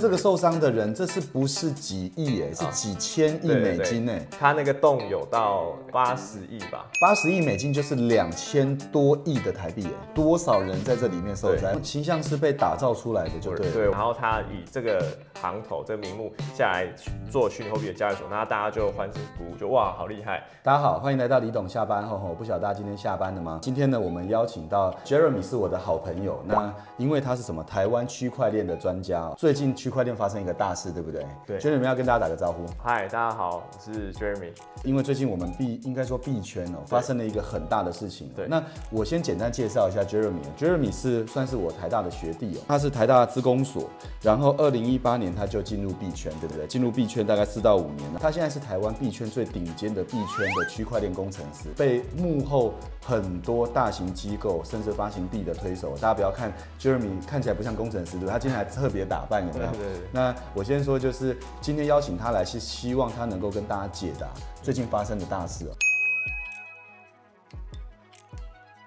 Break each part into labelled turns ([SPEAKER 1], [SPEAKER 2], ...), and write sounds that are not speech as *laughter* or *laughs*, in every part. [SPEAKER 1] 这个受伤的人，这是不是几亿哎？是几千亿
[SPEAKER 2] 啊对对
[SPEAKER 1] 美金哎！
[SPEAKER 2] 他那个洞有到八十亿吧？
[SPEAKER 1] 八十亿美金就是两千多亿的台币哎！多少人在这里面受灾？形象是被打造出来的，就对了。
[SPEAKER 2] 然后他以这个行头、这个名目下来做虚拟货币的交易所，那大家就欢欣鼓舞，就哇，好厉害！
[SPEAKER 1] 大家好，欢迎来到李董下班后吼，不晓得大家今天下班了吗？今天呢，我们邀请到 Jeremy 是我的好朋友，那因为他是什么台湾区块链的专家哦，最近区块链发生一个大事，对不对？
[SPEAKER 2] 对
[SPEAKER 1] ，Jeremy 要跟大家打个招呼。
[SPEAKER 2] 嗨，大家好，我是 Jeremy。
[SPEAKER 1] 因为最近我们币应该说币圈哦、发生了一个很大的事情、哦
[SPEAKER 2] 对
[SPEAKER 1] 那我先简单介绍一下 Jeremy。Jeremy 啊是算是我台大的学弟哦、他是台大资工所，然后二零一八年他就进入币圈，对不对？进入币圈大概四到五年了。他现在是台湾币圈最顶尖的币圈的区块链工程师，被幕后很多大型机构甚至发行币的推手。大家不要看 Jeremy 看起来不像工程师，对不对？他今天还特别打扮，有没有？
[SPEAKER 2] 对对对
[SPEAKER 1] 那我先说，就是今天邀请他来，是希望他能够跟大家解答最近发生的大事哦。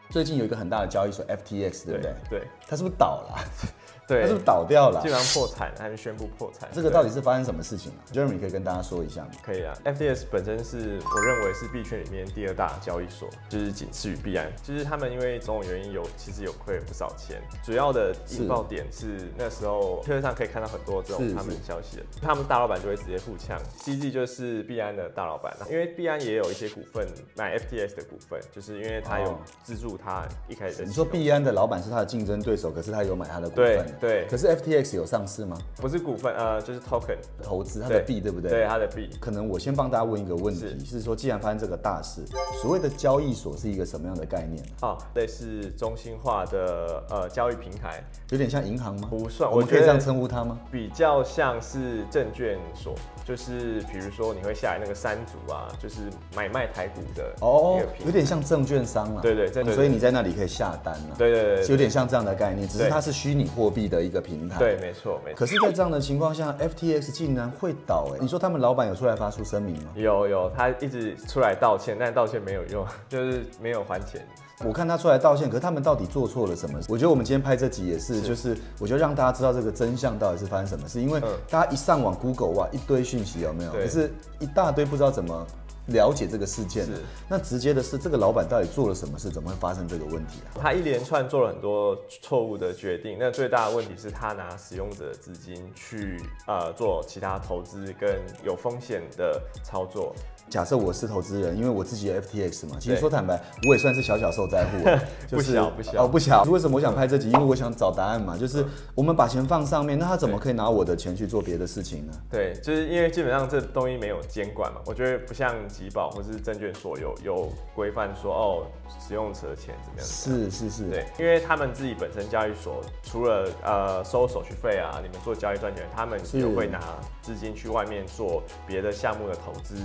[SPEAKER 1] 最近有一个很大的交易所 FTX，对不对？
[SPEAKER 2] 对
[SPEAKER 1] 它是不是倒了啊？它
[SPEAKER 2] 对，
[SPEAKER 1] 是不是倒掉了啊
[SPEAKER 2] 基？本上破产，还没宣布破产。
[SPEAKER 1] 这个到底是发生什么事情啊？Jeremy 可以跟大家说一下吗？
[SPEAKER 2] 可以啊，FTS 本身是我认为是币圈里面第二大交易所，就是仅次于币安。就是他们因为种种原因有其实有亏了不少钱，主要的引爆点是那时候推特上可以看到很多这
[SPEAKER 1] 是
[SPEAKER 2] 种
[SPEAKER 1] 是
[SPEAKER 2] 他们消息的，他们大老板就会直接互呛。CZ 就是币安的大老板，啊因为币安也有一些股份买 FTS 的股份，就是因为他有
[SPEAKER 1] 哦
[SPEAKER 2] 资助他一开始的启动。
[SPEAKER 1] 你说币安的老板是他的竞争对手，可是他有买他的股份
[SPEAKER 2] 对。对
[SPEAKER 1] 可是 FTX 有上市吗？
[SPEAKER 2] 不是股份，呃，就是 token，
[SPEAKER 1] 投资他的币，对不
[SPEAKER 2] 对，啊他的币。
[SPEAKER 1] 可能我先帮大家问一个问题，是说，既然发生这个大事，所谓的交易所是一个什么样的概念呢？
[SPEAKER 2] 啊，类似中心化的呃交易平台，
[SPEAKER 1] 有点像银行吗？
[SPEAKER 2] 不算
[SPEAKER 1] 我们
[SPEAKER 2] 我
[SPEAKER 1] 可以
[SPEAKER 2] 觉得
[SPEAKER 1] 这样称呼它吗？
[SPEAKER 2] 比较像是证券所，就是比如说你会下来那个三组啊，就是买卖台股的
[SPEAKER 1] 哦
[SPEAKER 2] 一个，平
[SPEAKER 1] 有
[SPEAKER 2] 台
[SPEAKER 1] 点像证券商啦。
[SPEAKER 2] 对对对对
[SPEAKER 1] 所以你在那里可以下单啦。
[SPEAKER 2] 对对对
[SPEAKER 1] 是有
[SPEAKER 2] 对
[SPEAKER 1] 点像这样的概念，只是
[SPEAKER 2] 对
[SPEAKER 1] 它是虚拟货币的一个平台。
[SPEAKER 2] 对，。没错没错。
[SPEAKER 1] 可是，在这样的情况下，FTX 竟然会倒、哎，你说他们老板有出来发出声明吗？
[SPEAKER 2] 有有，他一直出来道歉，但道歉没有用， *laughs* 就是没有还钱。
[SPEAKER 1] 我看他出来道歉，可是他们到底做错了什么？我觉得我们今天拍这集也是，就是我觉得让大家知道这个真相到底是发生什么事，因为大家一上网 Google 哇，一堆讯息有没有？
[SPEAKER 2] 嗯对
[SPEAKER 1] 可是一大堆不知道怎么。了解这个事件
[SPEAKER 2] 是，
[SPEAKER 1] 那直接的是这个老板到底做了什么事，怎么会发生这个问题啊？
[SPEAKER 2] 他一连串做了很多错误的决定，那最大的问题是他拿使用者的资金去呃做其他投资跟有风险的操作。
[SPEAKER 1] 假设我是投资人，因为我自己有 FTX 嘛，其实
[SPEAKER 2] 对
[SPEAKER 1] 说坦白，我也算是小小受灾户啊，
[SPEAKER 2] *laughs* 不小不小嗯
[SPEAKER 1] 哦不小。为什么我想拍这集？因为我想找答案嘛，就是我们把钱放上面，那他怎么可以拿我的钱去做别的事情呢？
[SPEAKER 2] 对，就是因为基本上这东西没有监管嘛，我觉得不像集保或是证券所有有规范说哦，使用者的钱怎么样。
[SPEAKER 1] 是是是，
[SPEAKER 2] 对，因为他们自己本身交易所除了呃收手续费啊，你们做交易赚钱，他们
[SPEAKER 1] 是
[SPEAKER 2] 也会拿资金去外面做别的项目的投资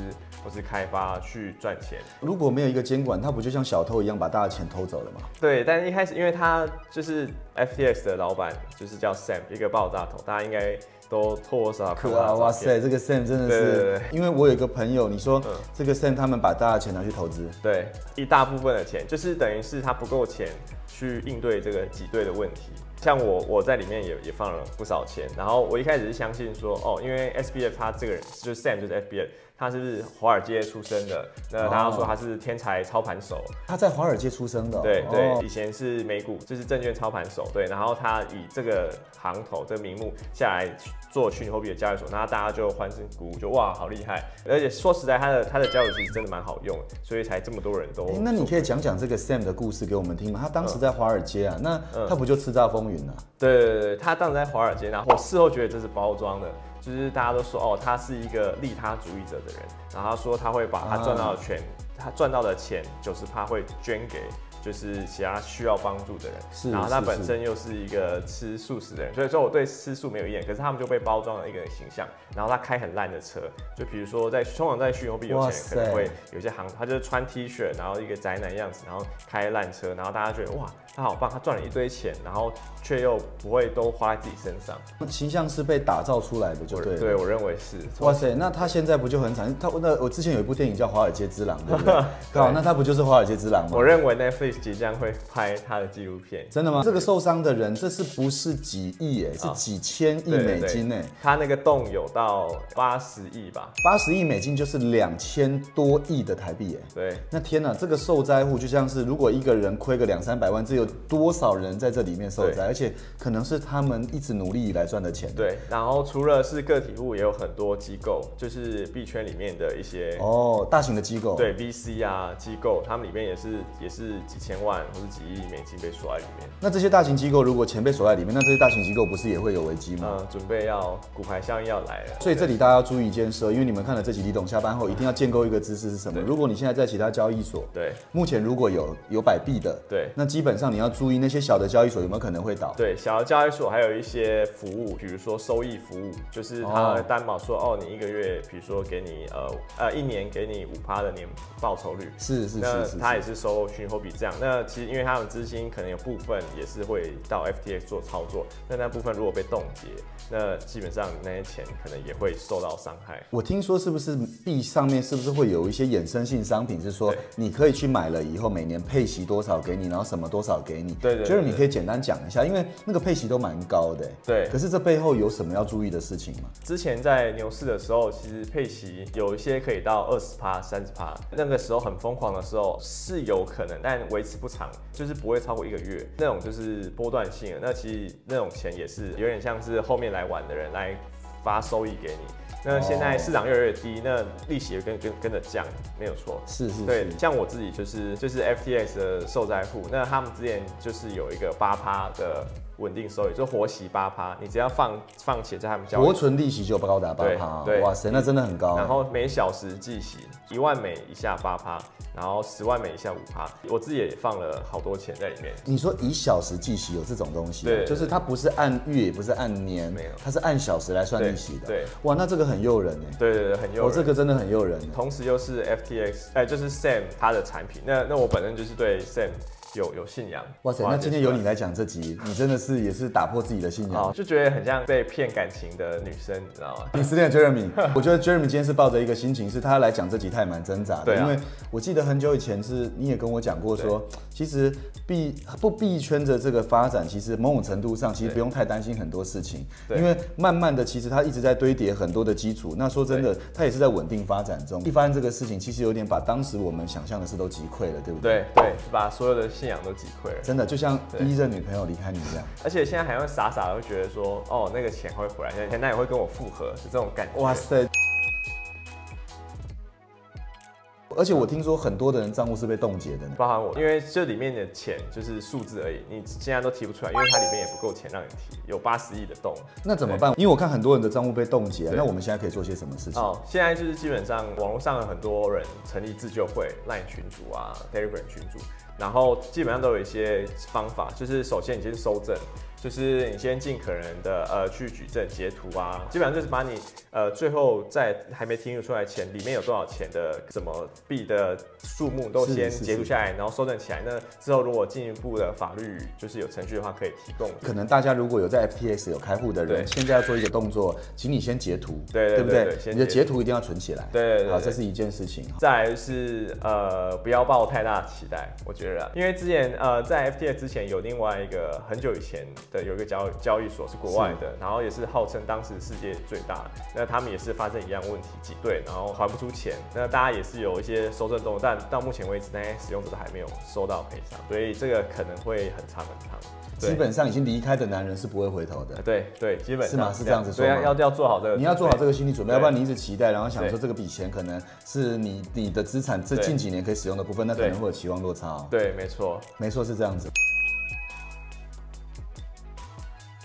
[SPEAKER 2] 或是开发去赚钱。
[SPEAKER 1] 如果没有一个监管，他不就像小偷一样把大家的钱偷走了吗？
[SPEAKER 2] 对，但一开始因为他就是 FTX 的老板，就是叫 Sam，一个爆炸头，大家应该都多少看过
[SPEAKER 1] 哇
[SPEAKER 2] 他的
[SPEAKER 1] 啊哇
[SPEAKER 2] 照
[SPEAKER 1] 塞，
[SPEAKER 2] 片
[SPEAKER 1] 这个 Sam 真的
[SPEAKER 2] 啊对对嗯
[SPEAKER 1] 是
[SPEAKER 2] 对，
[SPEAKER 1] 因为我有一个朋友，你说这个 Sam 他们把大家的钱拿去投资，
[SPEAKER 2] 对，一大部分的钱，就是等于是他不够钱去应对这个挤兑的问题。像我，我在里面也也放了不少钱，然后我一开始是相信说，哦，因为 SBF 他这个人就是 Sam 就是 FBF，他是华尔街出身的，那大家说他是天才操盘手，
[SPEAKER 1] 他在华尔街出生的哦、
[SPEAKER 2] 对对，
[SPEAKER 1] 哦
[SPEAKER 2] 以前是美股，就是证券操盘手，对，然后他以这个行头、这个名目下来做虚拟货币的交易所，那大家就欢声鼓舞，就哇，好厉害！而且说实在，他的他的交易其实真的蛮好用的，所以才这么多人都
[SPEAKER 1] 诶哎那你可以讲讲这个 Sam 的故事给我们听吗？他当时在华尔街啊，那
[SPEAKER 2] 嗯
[SPEAKER 1] 他不就叱咤风云啊？
[SPEAKER 2] 对对对，他当时在华尔街，然后我事后觉得这是包装的，就是大家都说哦，他是一个利他主义者的人，然后他说他会把
[SPEAKER 1] 啊
[SPEAKER 2] 他赚到的钱，他赚到的钱九十趴会捐给。就是其他需要帮助的人，
[SPEAKER 1] 是
[SPEAKER 2] 然后他
[SPEAKER 1] 是
[SPEAKER 2] 本
[SPEAKER 1] 是
[SPEAKER 2] 身又是一个吃素食的人，所以说我对吃素没有意见。可是他们就被包装了一个形象，然后他开很烂的车，就比如说在通常在虚拟货币有
[SPEAKER 1] 哇
[SPEAKER 2] 钱人可能
[SPEAKER 1] 塞
[SPEAKER 2] 会有些行，他就是穿 T 恤，然后一个宅男样子，然后开烂车，然后大家觉得哇，他好棒，他赚了一堆钱，然后却又不会都花在自己身上。
[SPEAKER 1] 形象是被打造出来的，就就
[SPEAKER 2] 我
[SPEAKER 1] 对了。
[SPEAKER 2] 对我认为是。
[SPEAKER 1] 哇塞，那他现在不就很惨？他那我之前有一部电影叫《华尔街之狼》，
[SPEAKER 2] *laughs*
[SPEAKER 1] 对不对？靠，那他不就是华尔街之狼吗
[SPEAKER 2] 我？认为 Netflix 即将会拍他的纪录片，
[SPEAKER 1] 真的吗？这个受伤的人，这是不是几亿哎？是几千亿
[SPEAKER 2] 啊对对
[SPEAKER 1] 美
[SPEAKER 2] 对
[SPEAKER 1] 金哎！
[SPEAKER 2] 他那个洞有到八十亿吧？
[SPEAKER 1] 八十亿美金就是两千多亿的台币哎！
[SPEAKER 2] 对，
[SPEAKER 1] 那天呐，这个受灾户就像是如果一个人亏个两三百万，这有多少人在这里面受灾？
[SPEAKER 2] 对
[SPEAKER 1] 而且可能是他们一直努力以来赚的钱。
[SPEAKER 2] 对，然后除了是个体户，也有很多机构，就是币圈里面的一些、
[SPEAKER 1] 哦，大型的机构。
[SPEAKER 2] 对 VC 啊机构，他们里面也是也是几千万或者几亿美金被锁在里面，
[SPEAKER 1] 那这些大型机构如果钱被锁在里面，那这些大型机构不是也会有危机吗？
[SPEAKER 2] 嗯、准备要骨牌效应要来了，
[SPEAKER 1] 所以这里大家要注意一件事，因为你们看了这集李董下班后一定要建构一个知识是什么。如果你现在在其他交易所，
[SPEAKER 2] 对
[SPEAKER 1] 目前如果有有百币的，
[SPEAKER 2] 对
[SPEAKER 1] 那基本上你要注意那些小的交易所有没有可能会倒。
[SPEAKER 2] 对，小额交易所还有一些服务，比如说收益服务，就是它
[SPEAKER 1] 哦
[SPEAKER 2] 担保说哦，你一个月，比如说给你呃呃一年给你五趴的年报酬率，
[SPEAKER 1] 是是
[SPEAKER 2] 那
[SPEAKER 1] 是是
[SPEAKER 2] 它
[SPEAKER 1] 是。
[SPEAKER 2] 也是收讯后比这样。那其实因为他们资金可能有部分也是会到 FTX 做操作，那那部分如果被冻结，那基本上那些钱可能也会受到伤害。
[SPEAKER 1] 我听说是不是币上面是不是会有一些衍生性商品，是说
[SPEAKER 2] 对
[SPEAKER 1] 你可以去买了以后每年配息多少给你，然后什么多少给你？
[SPEAKER 2] 对对对
[SPEAKER 1] 就是你可以简单讲一下，因为那个配息都蛮高的。
[SPEAKER 2] 对
[SPEAKER 1] 可是这背后有什么要注意的事情吗？
[SPEAKER 2] 之前在牛市的时候，其实配息有一些可以到二十趴、三十趴，那个时候很疯狂的时候是有可能，但维持不长，就是不会超过一个月，那种就是波段性的。那其实那种钱也是有点像是后面来玩的人来发收益给你。那现在市场越来越低，那利息也跟跟跟着降，没有错。
[SPEAKER 1] 是是
[SPEAKER 2] 对
[SPEAKER 1] 是，。
[SPEAKER 2] 像我自己就是就是 FTX 的受灾户，那他们之前就是有一个八趴的稳定收益，就活息八趴，你只要放放钱在他们交易
[SPEAKER 1] 活存利息就高达八
[SPEAKER 2] 对
[SPEAKER 1] 趴，哦
[SPEAKER 2] 对
[SPEAKER 1] 哇塞，那真的很高。
[SPEAKER 2] 然后每小时计息一万美以下八趴，然后十万美以下五趴。我自己也放了好多钱在里面。
[SPEAKER 1] 你说以小时计息有这种东西啊、
[SPEAKER 2] 对对
[SPEAKER 1] 就是它不是按月，也不是按年
[SPEAKER 2] 没有，
[SPEAKER 1] 它是按小时来算利息的。
[SPEAKER 2] 对对
[SPEAKER 1] 哇，那这个很诱人哎、
[SPEAKER 2] 对对对，很诱
[SPEAKER 1] 哦，
[SPEAKER 2] 人。
[SPEAKER 1] 这个真的很诱人欸。
[SPEAKER 2] 同时又是 FTX，哎、就是 Sam 他的产品。那那我本身就是对 Sam 有有信仰。
[SPEAKER 1] 哇塞，那今天由你来讲这集，你真的是也是打破自己的信
[SPEAKER 2] 啊、
[SPEAKER 1] 仰。
[SPEAKER 2] 就觉得很像被骗感情的女生，你知道吗？
[SPEAKER 1] 你失恋 Jeremy，我 *laughs* 觉得 Jeremy 今天是抱着一个心情，是他来讲这集他也蛮挣扎的，
[SPEAKER 2] 对啊
[SPEAKER 1] 因为我记得很久以前是你也跟我讲过说，其实币不币圈的这个发展，其实某种程度上其实不用太担心很多事情，
[SPEAKER 2] 对
[SPEAKER 1] 因为慢慢的其实它一直在堆叠很多的基础。那说真的，它也是在稳定发展中。一发现这个事情，其实有点把当时我们想象的事都击溃了，对不对？
[SPEAKER 2] 对对，把所有的信仰都击溃了。
[SPEAKER 1] 真的就像
[SPEAKER 2] 对
[SPEAKER 1] 第一任女朋友离开你一样。
[SPEAKER 2] 而且现在还会傻傻的会觉得说，哦，那个钱会回来，那那也会跟我复合，就这种感觉。
[SPEAKER 1] 哇塞！而且我听说很多的人账户是被冻结的呢。
[SPEAKER 2] 包含我，因为这里面的钱就是数字而已，你现在都提不出来，因为它里面也不够钱让你提，有八十亿的洞。
[SPEAKER 1] 那怎么办？因为我看很多人的账户被冻结啊、
[SPEAKER 2] 对
[SPEAKER 1] 那我们现在可以做些什么事情？
[SPEAKER 2] 哦，现在就是基本上网络上有很多人成立自救会、LINE 群组啊、Telegram 群组，然后基本上都有一些方法，就是首先你先收证，就是你先尽可能的呃去举证截图啊，基本上就是把你呃最后在还没听出来前里面有多少钱的什么币的数目都
[SPEAKER 1] 是
[SPEAKER 2] 先
[SPEAKER 1] 是
[SPEAKER 2] 截图
[SPEAKER 1] 是
[SPEAKER 2] 下来，然后收证起来。那之后如果进一步的法律就是有程序的话，可以提供。
[SPEAKER 1] 可能大家如果有在 FTX 有开户的人，
[SPEAKER 2] 对
[SPEAKER 1] 现在要做一个动作，请你先截图，
[SPEAKER 2] 对对
[SPEAKER 1] 不
[SPEAKER 2] 对
[SPEAKER 1] 对
[SPEAKER 2] 对？先
[SPEAKER 1] 你的
[SPEAKER 2] 截
[SPEAKER 1] 截图一定要存起来。
[SPEAKER 2] 对对对
[SPEAKER 1] 好，
[SPEAKER 2] 对
[SPEAKER 1] 这是一件事情。
[SPEAKER 2] 再来就是呃，不要抱太大的期待，我觉得啊，因为之前呃，在 FTX 之前有另外一个很久以前的有一个交交易所是国外的，然后也是号称当时世界最大的，那他们也是发生一样问题，挤兑，然后还不出钱，那大家也是有一些收证动作，但到目前为止那些使用者都还没有收到赔偿，所以这个可能会很长很长。对
[SPEAKER 1] 基本上已经离开的男人是不会回头的
[SPEAKER 2] 呃。对对，基本上
[SPEAKER 1] 是吗是这样子说
[SPEAKER 2] 对，
[SPEAKER 1] 吗
[SPEAKER 2] 要要要做好这个准备，
[SPEAKER 1] 你要做好这个心理准备，
[SPEAKER 2] 对
[SPEAKER 1] 要不然你一直期待，然后想
[SPEAKER 2] 对
[SPEAKER 1] 说这个笔钱可能是你你的资产这
[SPEAKER 2] 对
[SPEAKER 1] 近几年可以使用的部分，那可
[SPEAKER 2] 对
[SPEAKER 1] 能会有期望落差、哦。
[SPEAKER 2] 对，没错，
[SPEAKER 1] 没错，是这样子。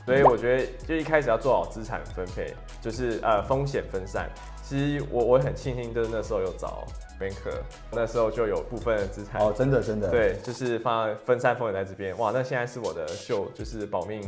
[SPEAKER 2] 所以我觉得就一开始要做好资产分配，就是呃风险分散。其实我我很庆幸，就是那时候有找 banker，那时候就有部分的资产。
[SPEAKER 1] 哦，真的真的。
[SPEAKER 2] 对，就是放分散风险在这边，哇！那现在是我的秀，就是保命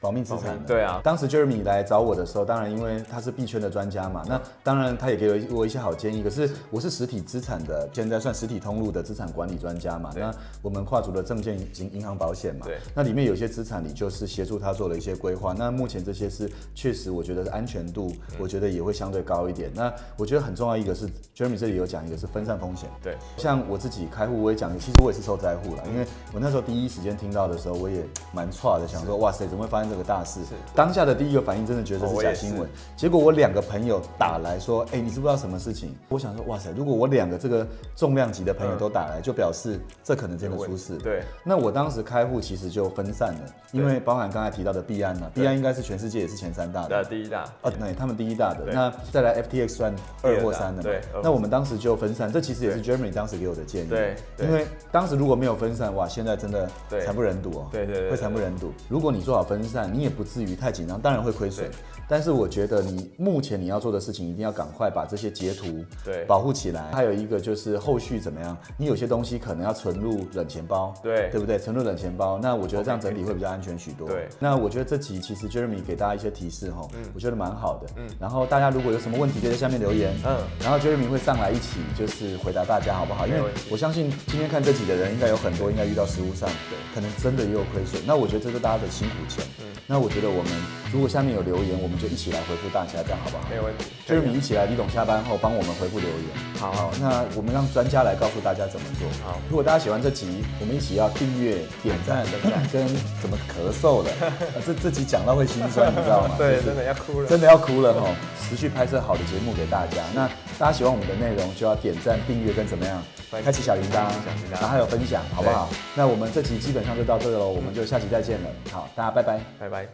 [SPEAKER 1] 保命资产的。
[SPEAKER 2] 对啊
[SPEAKER 1] 当时 Jeremy 来找我的时候，当然因为他是币圈的专家嘛，那当然他也给我一我一些好建议。可是我是实体资产的，现在算实体通路的资产管理专家嘛，
[SPEAKER 2] 对
[SPEAKER 1] 那我们跨足了证券、银银行、保险嘛，
[SPEAKER 2] 对
[SPEAKER 1] 那里面有些资产里就是协助他做了一些规划。那目前这些是确实，我觉得是安全度，
[SPEAKER 2] 嗯
[SPEAKER 1] 我觉得也会相对高一点。那我觉得很重要一个是 Jeremy 这里有讲一个是分散风险。
[SPEAKER 2] 对，
[SPEAKER 1] 像我自己开户，我也讲，其实我也是受灾户了，因为我那时候第一时间听到的时候，我也蛮错的，想说哇塞，怎么会发生这个大事？当下的第一个反应真的觉得这
[SPEAKER 2] 哦
[SPEAKER 1] 是
[SPEAKER 2] 我
[SPEAKER 1] 假
[SPEAKER 2] 也
[SPEAKER 1] 新
[SPEAKER 2] 是
[SPEAKER 1] 闻。结果我两个朋友打来说，哎、你知不知道什么事情？我想说哇塞，如果我两个这个重量级的朋友
[SPEAKER 2] 嗯
[SPEAKER 1] 都打来，就表示这可能真的出事。
[SPEAKER 2] 对，
[SPEAKER 1] 那我当时开户其实就分散了，因为包含刚才提到的币安呢、币安应该是全世界也是前三大的
[SPEAKER 2] 那。第一大，
[SPEAKER 1] 啊，对，他们第一大的，
[SPEAKER 2] 对
[SPEAKER 1] 那再来 FTX 算二或三的嘛
[SPEAKER 2] 第二大对二或
[SPEAKER 1] 那我们当时就分散，这其实也是 Jeremy 当时给我的建议，
[SPEAKER 2] 对对
[SPEAKER 1] 因为当时如果没有分散，哇，现在真的
[SPEAKER 2] 对
[SPEAKER 1] 惨不忍睹哦，
[SPEAKER 2] 对对对对
[SPEAKER 1] 会惨不忍睹。如果你做好分散，你也不至于太紧张，当然会亏损
[SPEAKER 2] 对，
[SPEAKER 1] 但是我觉得你目前你要做的事情，一定要赶快把这些截图
[SPEAKER 2] 对
[SPEAKER 1] 保护起来。还有一个就是后续怎么样，你有些东西可能要存入冷钱包，
[SPEAKER 2] 对
[SPEAKER 1] 对不对？存入冷钱包，那我觉得这样整体会比较安全许多。
[SPEAKER 2] 对
[SPEAKER 1] 那我觉得这集其实 Jeremy 给大家一些提示哈，我觉得蛮好的。嗯，然后大家如果有什么问题，就在下面留言。嗯
[SPEAKER 2] 嗯，
[SPEAKER 1] 然后 Jeremy 会上来一起就是回答大家，好不好？因为
[SPEAKER 2] 没问题
[SPEAKER 1] 我相信今天看这集的人应该有很多，应该遇到实物上，
[SPEAKER 2] 对
[SPEAKER 1] 可能真的也有亏损。那我觉得这是大家的辛苦钱。嗯，那我觉得我们如果下面有留言，我们就一起来回复大家，这样好不好？
[SPEAKER 2] 没有问题。
[SPEAKER 1] Jeremy 一起来，李董下班后帮我们回复留言。
[SPEAKER 2] 好
[SPEAKER 1] 那我们让专家来告诉大家怎么做。
[SPEAKER 2] 好？
[SPEAKER 1] 如果大家喜欢这集，我们一起要订阅、点赞、跟怎么咳嗽了，呃这这集讲到会心酸，你知道吗
[SPEAKER 2] *laughs* 对，
[SPEAKER 1] 就是
[SPEAKER 2] 真的要哭了。
[SPEAKER 1] 真的要哭了哦！持续拍摄好的节目给大家。那大家喜欢我们的内容，就要点赞、订阅跟怎么样
[SPEAKER 2] 分，享
[SPEAKER 1] 开启小铃铛
[SPEAKER 2] 小铃，铛
[SPEAKER 1] 然后还有分享，好不好？那我们这集基本上就到这喽，我们就下期再见了。好，大家拜拜。
[SPEAKER 2] 拜拜。